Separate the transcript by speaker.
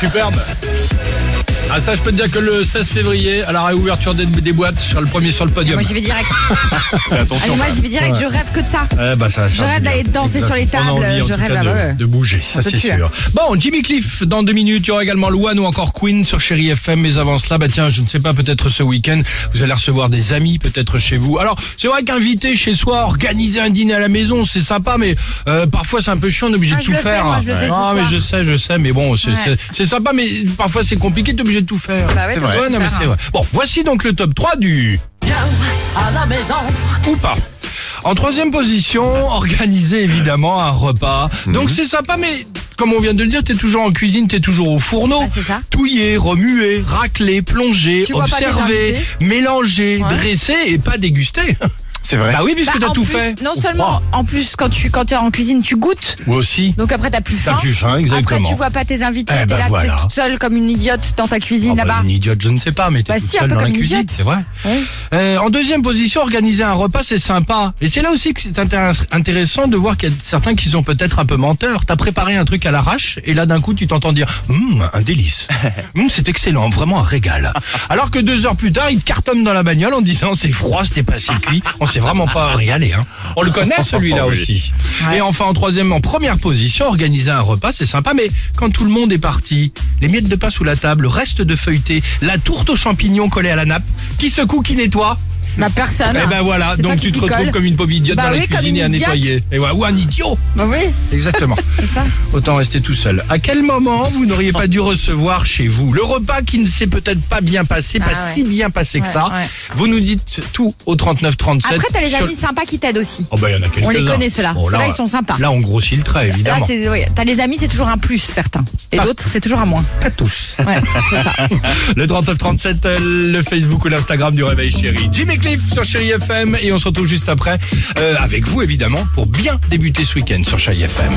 Speaker 1: superbe. Ah ça je peux te dire que le 16 février à la réouverture des, des boîtes je serai le premier sur le podium.
Speaker 2: Moi j'y vais direct.
Speaker 1: Fais
Speaker 2: Ah,
Speaker 1: attention.
Speaker 2: mais moi
Speaker 1: quand
Speaker 2: j'y vais direct, je rêve que de ça.
Speaker 1: même. Eh ben, ça va
Speaker 2: je
Speaker 1: faire
Speaker 2: rêve
Speaker 1: du bien.
Speaker 2: d'aller danser sur les
Speaker 1: On a
Speaker 2: tables,
Speaker 1: envie, en
Speaker 2: je
Speaker 1: tout
Speaker 2: rêve,
Speaker 1: cas,
Speaker 2: ah
Speaker 1: de,
Speaker 2: ouais, ouais.
Speaker 1: de bouger, ça
Speaker 2: peut
Speaker 1: c'est
Speaker 2: plus,
Speaker 1: sûr. Bon Jimmy Cliff dans deux minutes, il y aura également Louane ou encore Queen sur Chéri FM. Mais avant cela, bah tiens je ne sais pas peut-être ce week-end vous allez recevoir des amis peut-être chez vous. Alors c'est vrai qu'inviter chez soi, organiser un dîner à la maison c'est sympa mais euh, parfois c'est un peu chiant, on est obligé
Speaker 2: Ah,
Speaker 1: de
Speaker 2: je
Speaker 1: tout
Speaker 2: le fais,
Speaker 1: faire.
Speaker 2: moi, je le fais ce
Speaker 1: Ah, mais
Speaker 2: soir.
Speaker 1: je sais, je sais mais bon c'est
Speaker 2: Ouais.
Speaker 1: c'est- c'est sympa mais parfois c'est compliqué, t'es obligé de tout faire.
Speaker 2: Bah ouais, t'es obligé de
Speaker 1: Ouais, non,
Speaker 2: tout
Speaker 1: mais
Speaker 2: faire,
Speaker 1: c'est
Speaker 2: hein.
Speaker 1: vrai. Bon voici donc le top 3 du
Speaker 3: à la maison.
Speaker 1: ou pas. En troisième position, organiser évidemment un repas. Donc c'est sympa, mais comme on vient de le dire, t'es toujours en cuisine, t'es toujours au fourneau.
Speaker 2: Ah, c'est ça.
Speaker 1: Touiller, remuer, racler, plonger,
Speaker 2: Tu vois pas tes
Speaker 1: observer, mélanger,
Speaker 2: Ouais.
Speaker 1: dresser et pas déguster.
Speaker 4: C'est vrai.
Speaker 1: Bah oui, puisque
Speaker 2: Bah,
Speaker 1: t'as
Speaker 2: en
Speaker 1: tout
Speaker 2: plus,
Speaker 1: fait.
Speaker 2: Non seulement, en plus, quand tu quand es en cuisine, tu goûtes.
Speaker 1: Moi aussi.
Speaker 2: Donc après, t'as plus faim.
Speaker 1: T'as plus faim, exactement.
Speaker 2: Après, tu vois pas tes invités.
Speaker 1: Eh
Speaker 2: t'es
Speaker 1: ben
Speaker 2: là,
Speaker 1: voilà.
Speaker 2: t'es toute seule comme une idiote dans ta cuisine
Speaker 1: Ah bah,
Speaker 2: là-bas.
Speaker 1: une idiote, je ne sais pas, mais t'es
Speaker 2: Bah
Speaker 1: toute
Speaker 2: si, un
Speaker 1: seule
Speaker 2: peu
Speaker 1: dans la
Speaker 2: comme une
Speaker 1: cuisine,
Speaker 2: idiote.
Speaker 1: c'est vrai.
Speaker 2: Oui.
Speaker 1: Euh, en deuxième position, organiser un repas, c'est sympa. Et c'est là aussi que c'est intér- intéressant de voir qu'il y a certains qui sont peut-être un peu menteurs. T'as préparé un truc à l'arrache, et là d'un coup, tu t'entends dire Hum, un délice. Hum, c'est excellent, vraiment un régal. Alors que deux heures plus tard, ils te cartonnent dans la bagnole en disant C'est froid, c'était pas si cuit. On s'est vraiment pas régalé. Hein. On le connaît celui-là
Speaker 4: Oui.
Speaker 1: aussi. Et enfin, en troisième, en première position, organiser un repas, c'est sympa, mais quand tout le monde est parti, les miettes de pain sous la table, le reste de feuilleté, la tourte aux champignons collée à la nappe, qui secoue, qui nettoie.
Speaker 2: Bah personne.
Speaker 1: Eh ben voilà,
Speaker 2: C'est toi
Speaker 1: donc
Speaker 2: qui
Speaker 1: tu te
Speaker 2: t'y
Speaker 1: retrouves
Speaker 2: colles.
Speaker 1: comme une pauvre idiote
Speaker 2: Bah
Speaker 1: dans la
Speaker 2: oui, comme
Speaker 1: cuisine
Speaker 2: une
Speaker 1: et à
Speaker 2: idiote.
Speaker 1: nettoyer. Et ouais, ou un idiot.
Speaker 2: Bah oui,
Speaker 1: Exactement.
Speaker 2: c'est ça.
Speaker 1: Autant rester tout seul. À quel moment vous n'auriez pas dû recevoir chez vous le repas qui ne s'est peut-être pas bien passé,
Speaker 2: Ah
Speaker 1: pas
Speaker 2: ouais.
Speaker 1: si bien passé que
Speaker 2: Ouais,
Speaker 1: ça
Speaker 2: ouais.
Speaker 1: Vous nous dites tout au 39 37.
Speaker 2: Après, t'as les
Speaker 1: sur-
Speaker 2: amis sympas qui t'aident aussi.
Speaker 1: Oh bah il y en a quelques-uns.
Speaker 2: On les connaît, ceux-là.
Speaker 1: Bon,
Speaker 2: Ceux-là,
Speaker 1: là,
Speaker 2: ils sont sympas.
Speaker 1: Là, on grossit le trait,
Speaker 2: Là,
Speaker 1: évidemment.
Speaker 2: c'est, ouais, t'as les amis, c'est toujours un plus, certains. Et
Speaker 1: Par-
Speaker 2: d'autres, c'est toujours un moins.
Speaker 1: Pas tous.
Speaker 2: Ouais, c'est ça.
Speaker 1: Le 3937, euh, le Facebook ou l'Instagram du Réveil Chéri. Jimmy Cliff sur Chéri FM et on se retrouve juste après euh, avec vous évidemment pour bien débuter ce week-end sur Chéri FM.